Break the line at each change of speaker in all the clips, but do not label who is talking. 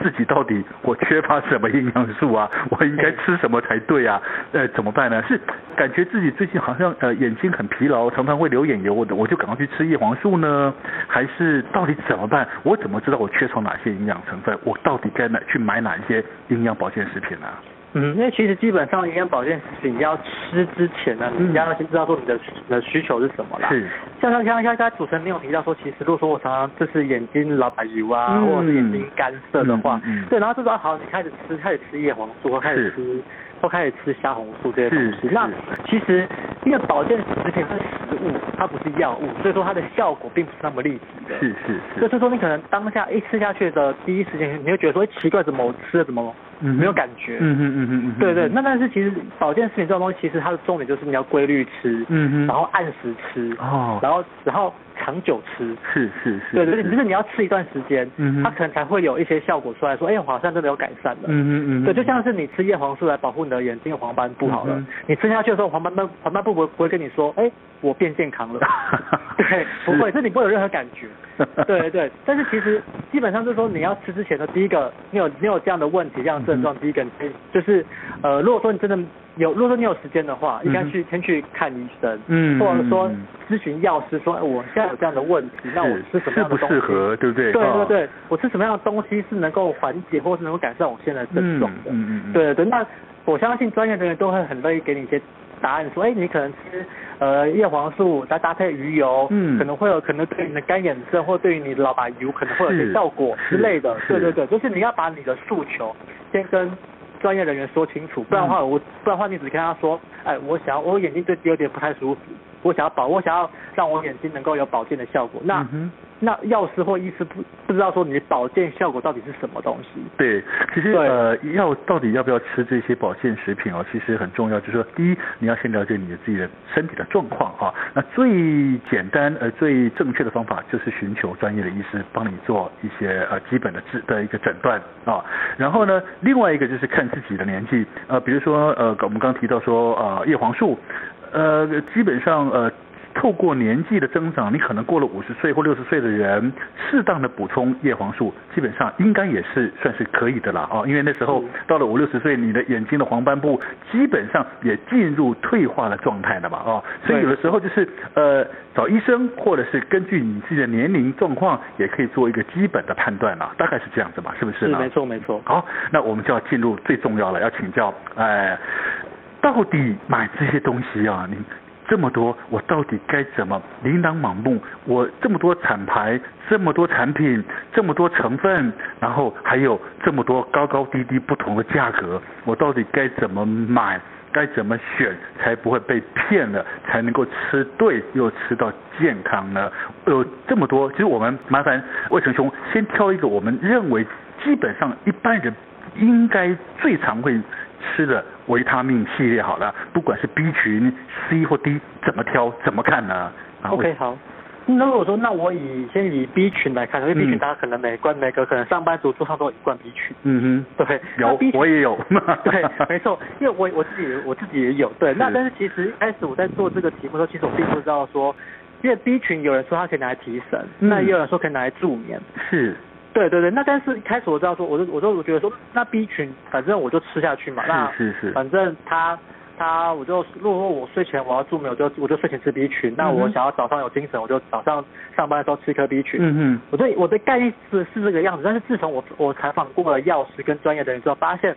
自己到底我缺乏什么营养素 啊？我应该吃什么才对啊？呃，怎么办呢？是感觉自己最近好像呃眼睛很疲劳，常常会流眼油，我我就赶快去吃叶黄素呢？还是到底怎么办？我怎么知道我缺少哪些营养成分？我到底该哪去买哪一些营养保健食品呢、啊？
嗯，因为其实基本上营养保健食品你要吃之前呢，你要先知道说你的你的需求是什么啦。
嗯是。
像像像像刚才主持人你有提到说，其实如果说我常常就是眼睛老板油啊，
嗯
或者是眼睛干涩的话，
嗯嗯嗯
对，然后就知道好，你开始吃开始吃叶黄素，或开始吃或开始吃虾红素这些东
是
西。那
是
其实因为保健食品是食物，它不是药物，所以说它的效果并不是那么立即的。
是是，
就是是说，你可能当下一吃下去的第一时间，你会觉得说，哎奇怪，怎么我吃了怎么
嗯哼
没有感觉？
嗯哼嗯哼嗯哼，
对对，那但是其实保健食品这种东西，其实它的重点就是你要规律吃，
嗯哼
然后按时吃，
哦
然后然后长久吃，
是是是，
对对，
是
就是你要吃一段时间，
嗯哼
它可能才会有一些效果出来，说，哎，我好像真的有改善了。
嗯哼嗯哼，
对，就像是你吃叶黄素来保护你的眼睛的黄斑部好了，
嗯哼，
你吃下去的时候，黄斑斑黄斑部不会不会跟你说，哎，我变健康了 对，不会，
是
这你不会有任何感觉。 对对，但是其实基本上就是说，你要吃之前的第一个，你有你有这样的问题、这样的症状，第一个你可以就是呃，如果说你真的有，如果说你有时间的话，应该去先去看医生，
嗯
或者说
嗯嗯
咨询药师说，哎我现在有这样的问题，那我吃什么
适
样
嗯不
的东
适
西？
合，对不对？
对对
哦，
对，我吃什么样的东西是能够缓解或是能够改善我现在的症状的？
嗯嗯嗯嗯
对对对，那我相信专业人员都会很乐意给你一些答案，说，哎，你可能吃呃叶黄素，再搭配鱼油，
嗯
可能会有可能对你的干眼症或对于你的老把油可能会有一
是
些效果之类的。
是
对对对，就是你要把你的诉求先跟。专业人员说清楚，不然
嗯
的话我，不然的话你只跟他说，哎，我想要我眼睛最近有点不太舒服，我想要保，我想要让我眼睛能够有保健的效果。那、
嗯哼
那药师或医师不不知道说你的保健效果到底是什么东西。
对，其实
对
呃，要到底要不要吃这些保健食品哦，其实很重要。就是说，第一，你要先了解你的自己的身体的状况啊。那最简单呃最正确的方法就是寻求专业的医师帮你做一些呃基本的治的一个诊断啊。然后呢，另外一个就是看自己的年纪，呃，比如说呃，我们刚提到说呃叶黄素，呃，基本上呃。透过年纪的增长，你可能过了五十岁或六十岁的人，适当的补充叶黄素，基本上应该也是算是可以的啦啊、因为那时
嗯
候到了五六十岁，你的眼睛的黄斑部基本上也进入退化的状态了嘛啊、所以
对
有的时候就是呃找医生，或者是根据你自己的年龄状况，也可以做一个基本的判断啦，大概是这样子吧，是不是呢？
没错没错。
好，那我们就要进入最重要了，要请教，哎、到底买这些东西啊，你这么多，我到底该怎么琳琅满目？我这么多厂牌，这么多产品，这么多成分，然后还有这么多高高低低不同的价格，我到底该怎么买？该怎么选才不会被骗了，才能够吃对又吃到健康呢？有这么多，其实我们麻烦魏成兄先挑一个我们认为基本上一般人应该最常会吃的维他命系列好了，不管是 B 群、C 或 D，怎么挑怎么看呢啊
OK
魏
好。那如果说，那我以先以 B 群来看，因为 B
嗯
群大家可能每罐每个可能上班族桌上都有一罐 B 群，
嗯哼，
对，那
有
B 群
我也 有，
对，没错，因为我我自己我自己也有对，那
是
但是其实一开始我在做这个题目的时候，其实我并不知道说，因为 B 群有人说它可以拿来提神，
嗯
那也有人说可以拿来助眠，
是
对对对，那但是一开始我知道说，我就我就我觉得说，那 B 群反正我就吃下去嘛，那
是是是
反正他他我就如果说我睡前我要助眠，我就我就睡前吃 B 群，那
嗯
我
哼
想要早上有精神，我就早上上班的时候吃一颗 B 群。
嗯
我对我的概念是是这个样子，但是自从我我采访过了药师跟专业的人之后，发现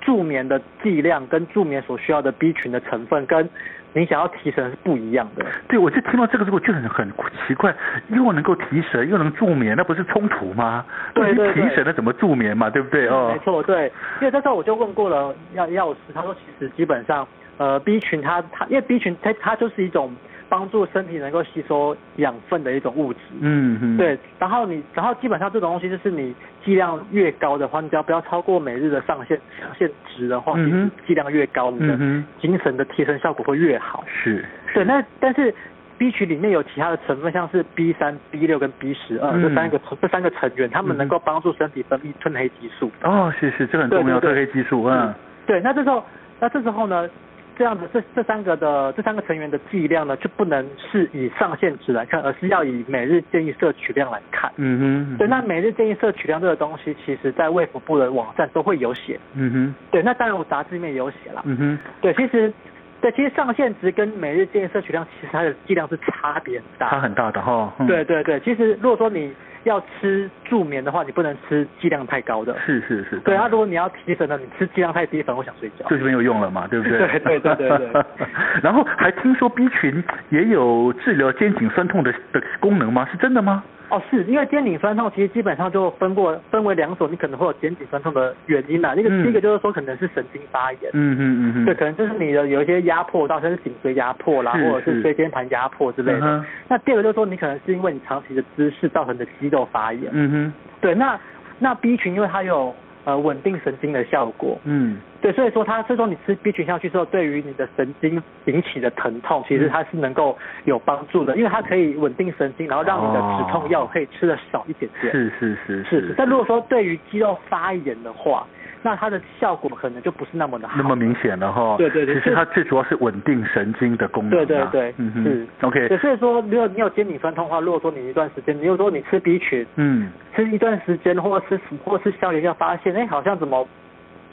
助眠的剂量跟助眠所需要的 B 群的成分跟你想要提神是不一样的。
哼，对我就听到这个时候我就很很奇怪，又能够提神又能助眠，那不是冲突吗？
对对
你
对
提神了怎么助眠嘛，对不对哦
没？错，对，因为那时候我就问过了药药师，他说其实基本上，呃，B 群它它因为 B 群它它就是一种帮助身体能够吸收养分的一种物质。
嗯哼，
对，然后你，然后基本上这种东西就是你剂量越高的话，你只要不要超过每日的上限上限值的话，
嗯
其
哼
实剂量越高，你的
嗯
精神的提升效果会越好。
是，
对，那但是 B 群里面有其他的成分，像是 B 三、B 六跟 B 十二
嗯
这三个成这三个成员，它们
嗯哼
能够帮助身体分泌褪黑激素。
哦，是是，这很重要，褪
对
黑
对
激素，嗯，
对，那这时候，那这时候呢，这样的这这三个的这三个成员的剂量呢，就不能是以上限值来看，而是要以每日建议摄取量来看。
嗯哼，
对，那每日建议摄取量这个东西，其实在卫福部的网站都会有写。
嗯哼，
对，那当然我杂志里面也有写啦。
嗯哼，
对，其实对，其实上限值跟每日建议摄取量，其实它的剂量是差别很大。
它很大的哈。嗯
对，对对，其实如果说你要吃助眠的话，你不能吃剂量太高的。
是是是。
对啊，如果你要提神呢，你吃剂量太低，反而会想睡觉。
这就没有用了嘛，对不对？
对对对对对
然后还听说 B 群也有治疗肩颈酸痛的的功能吗？是真的吗？
哦，是因为肩颈酸痛其实基本上就分过分为两种，你可能会有肩颈酸痛的原因啦。那个
嗯
第一个就是说可能是神经发炎，
嗯嗯嗯嗯。
对，可能就是你的有一些压迫到，像是颈椎压迫啦，
是
或者
是
是椎间盘压迫之类
嗯
的。
哼，
那第二个就是说你可能是因为你长期的姿势造成的肌肉发炎。
嗯哼，
对，那那 B 群因为它有呃稳定神经的效果，
嗯
对，所以说它所以说你吃 B 群下去之后，对于你的神经引起的疼
嗯
痛，其实它是能够有帮助的，因为它可以稳定神经，然后让你的止痛药可以吃的少一点点。
是是哦是
是，但如果说对于肌肉发炎的话，那它的效果可能就不是那么的好。
那么明显了哈。
对对对
其实
是
它最主要是稳定神经的功能
对
啊。
对对，
嗯
是
哼。OK，
对，所以说，如果你有肩颈酸痛的话，如果说你一段时间，你如果说你吃 B 群，
嗯，
吃一段时间，或者吃或者吃消炎药，发现哎好像怎么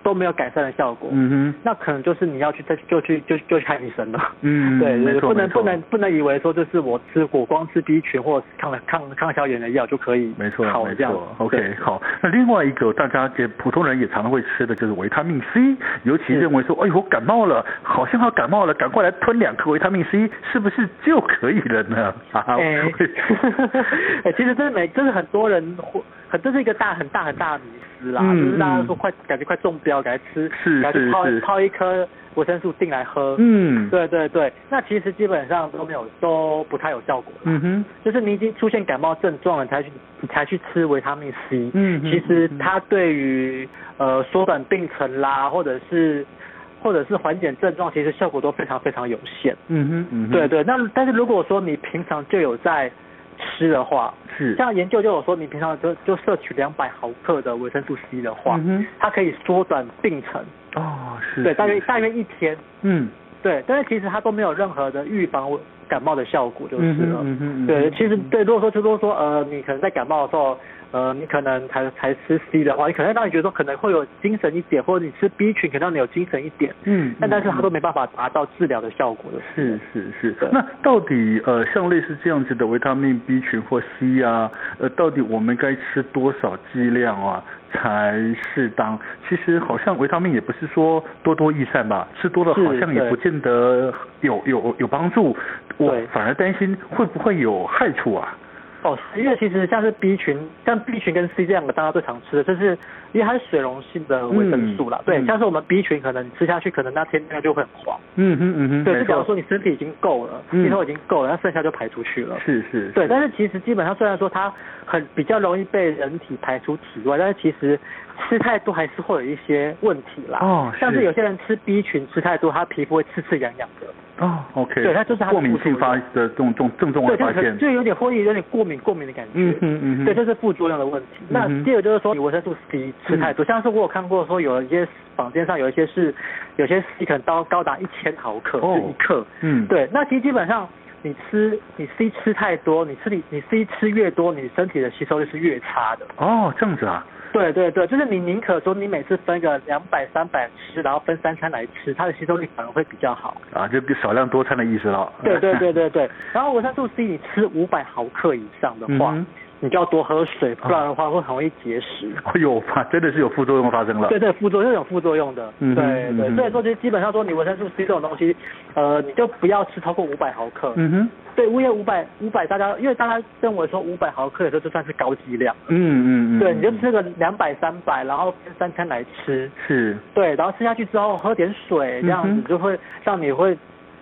都没有改善的效果，
嗯哼，
那可能就是你要去再去就去就去就去看医生了。
嗯，
对
没
对，
错
不能
没
不
错
能不能以为说就是我吃我光吃 B 群或抗抗抗消炎的药就可以
没错，
好
没
这样
错。OK，好。那另外一个大家也普通人也常常会吃的就是维他命 C，尤其
是
认为说，哎呦，我感冒了，好像要感冒了，赶快来吞两颗维他命 C，是不是就可以了呢？ 哈 哈，
哎
我会
哎其实真的每真的很多人会很这是一个大很大很大的迷思啦，
嗯
就是大家说
嗯
快感觉快中标，赶快吃，
是
赶快去
是
泡
是
泡一颗维生素定来喝。
嗯，
对对对，那其实基本上都没有都不太有效果。
嗯哼，
就是你已经出现感冒症状了，你才去你才去吃维他命 C。
嗯哼
其实它对于呃缩短病程啦，或者是或者是缓解症状，其实效果都非常非常有限。
嗯哼，嗯哼，
对，对，那但是如果说你平常就有在吃的话，
是。
像研究就有说你平常就就摄取两百毫克的维生素 C 的话，
嗯
它可以缩短病程，
哼，哦，是。
对，
是
大约
是
大约一天，
嗯，
对，但是其实它都没有任何的预防感冒的效果就是
嗯哼，
了。
嗯哼，嗯
对，
哼
其实对，如果说就是说说呃，你可能在感冒的时候，呃，你可能才才吃 C 的话，你可能让你觉得说可能会有精神一点，或者你吃 B 群可能让你有精神一点，
嗯，
但但是它
嗯
都没办法达到治疗的效果的。
是是是
对，
那到底呃像类似这样子的维他命 B 群或 C 啊，呃到底我们该吃多少剂量啊才适当？其实好像维他命也不是说多多益善吧，吃多了
是
好像也
对
不见得有有有帮助，我
对
反而担心会不会有害处啊？
哦，因为其实像是 B 群，像 B 群跟 C 这两个大家最常吃的，就是因为它是水溶性的维生素啦。
嗯
对，
嗯
像是我们 B 群，可能你吃下去，可能那天那就会很黄。
嗯哼嗯哼，
对，就
没
假如
错，
说你身体已经够了，
嗯
吸收已经够了，那剩下就排出去了。
是是，
对，
是
但是其实基本上虽然说它很比较容易被人体排出体外，但是其实吃太多还是会有一些问题啦。
哦
像
是
是有些人吃 B 群吃太多，他皮肤会刺刺痒痒的，
哦 OK，
对它就是它的
过敏
副作
性
用
发的这种这种症状会
对，就
发
是可
现
能，就有点会有点过敏过敏的感觉。
嗯哼嗯哼，
对，这是副作用的问题。那
嗯哼嗯
第二个就是说，你维生素 C 吃太多，像是我有看过说，有一些坊间上有一些是，有些 C 可能到高达一千毫克，
哦
就一克。
嗯
对，那其实基本上你吃你 C 吃太多，你吃你你 C 吃越多，你身体的吸收率是越差的。
哦这样子啊，
对对对，就是你宁可说你每次分个两百三百吃，然后分三餐来吃，它的吸收率反而会比较好。
啊，就比少量多餐的意思了。
对对对对对。然后维生素 C 你吃五百毫克以上的话，
嗯哼哦
你就要多喝水，不然的话会很容易结石。
哎呦，发真的是有副作用发生了。
对对，副作用有副作用的，
嗯哼
对
嗯
对，
哼
所以说就是基本上说你维生素 C 这种东西，呃，你就不要吃超过五百毫克。
嗯哼，
对，因为五百五百大家因为大家认为说五百毫克的时候就算是高剂量，
嗯嗯嗯，
对，你就吃个两百三百，然后分三餐来吃，
是，
对，然后吃下去之后喝点水，这样
嗯
子
哼
就会让你会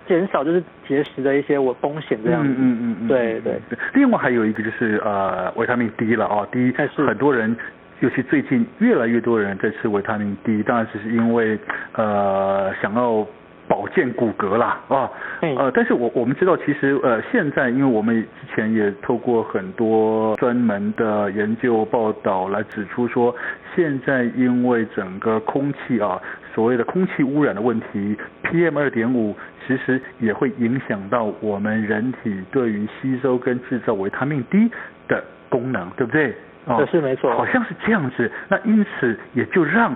减少就是结石的一些我风险这样子。
嗯嗯嗯嗯，
对对
对。另外还有一个就是呃，维他命 D 了哦，D
哎是
很多人。尤其最近越来越多人在吃维他命 D，当然是因为呃想要保健骨骼啦啊，
哎
呃，但是我我们知道，其实呃，现在因为我们之前也透过很多专门的研究报道来指出说，现在因为整个空气啊，所谓的空气污染的问题，PM 二点五其实也会影响到我们人体对于吸收跟制造维他命 D 的功能，对不对？哦
这是没错，
好像是这样子。那因此也就让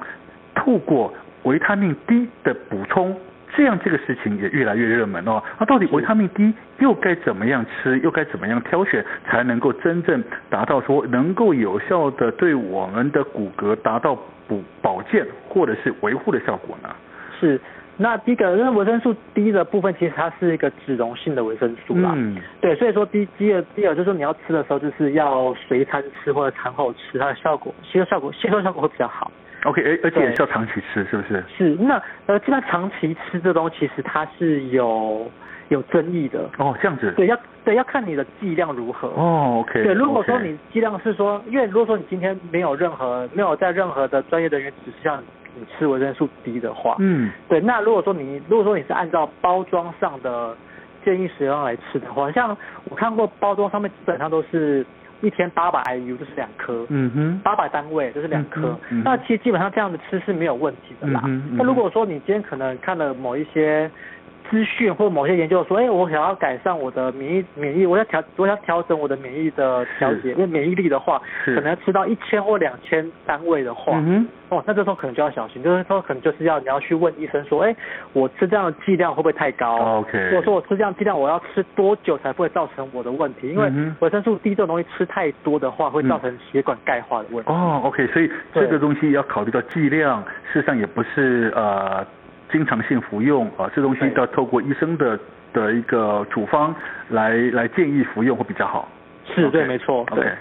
透过维他命 D 的补充，这样这个事情也越来越热门哦。那、啊、到底维他命 D 又该怎么样吃，又该怎么样挑选，才能够真正达到说能够有效的对我们的骨骼达到补保健或者是维护的效果呢？
是。那第一个，因为维生素 D 的部分，其实它是一个脂溶性的维生素
啊
啦。嗯。对，所以说第第二第二就是说你要吃的时候，就是要随餐吃或者餐后吃，它的效果吸收效果吸收效果会比较好。
OK，而而且也是要长期吃，是不是？
是，那呃，基本上长期吃这东西，其实它是有有争议的。
哦，这样子。
对，要对要看你的剂量如何。
哦，OK。
对，如果说你剂量是说，因为如果说你今天没有任何没有在任何的专业人员指示下。你吃维生素 D 的话，
嗯，
对，那如果说你如果说你是按照包装上的建议使用来吃的话，像我看过包装上面基本上都是一天八百 IU 就是两颗，
嗯哼，
八百单位就是两颗，
嗯嗯、
那其实基本上这样的吃是没有问题的啦。
嗯、
那如果说你今天可能看了某一些资讯或某些研究说，哎，我想要改善我的免疫免疫，我要调我要调整我的免疫的调节，因为免疫力的话，可能要吃到一千或两千单位的话，
嗯
哦，那这时候可能就要小心，就是说可能就是要你要去问医生说，哎，我吃这样的剂量会不会太高
哦？OK，
或者说我吃这样剂量我要吃多久才不会造成我的问题？因为维生素 D 这种东西吃太多的话，会造成血管钙化的问题。
哦、oh,，OK，所以这个东西要考虑到剂量，事实上也不是呃。经常性服用啊，这东西要透过医生的的一个处方来来建议服用会比较好。
是对，没错，对。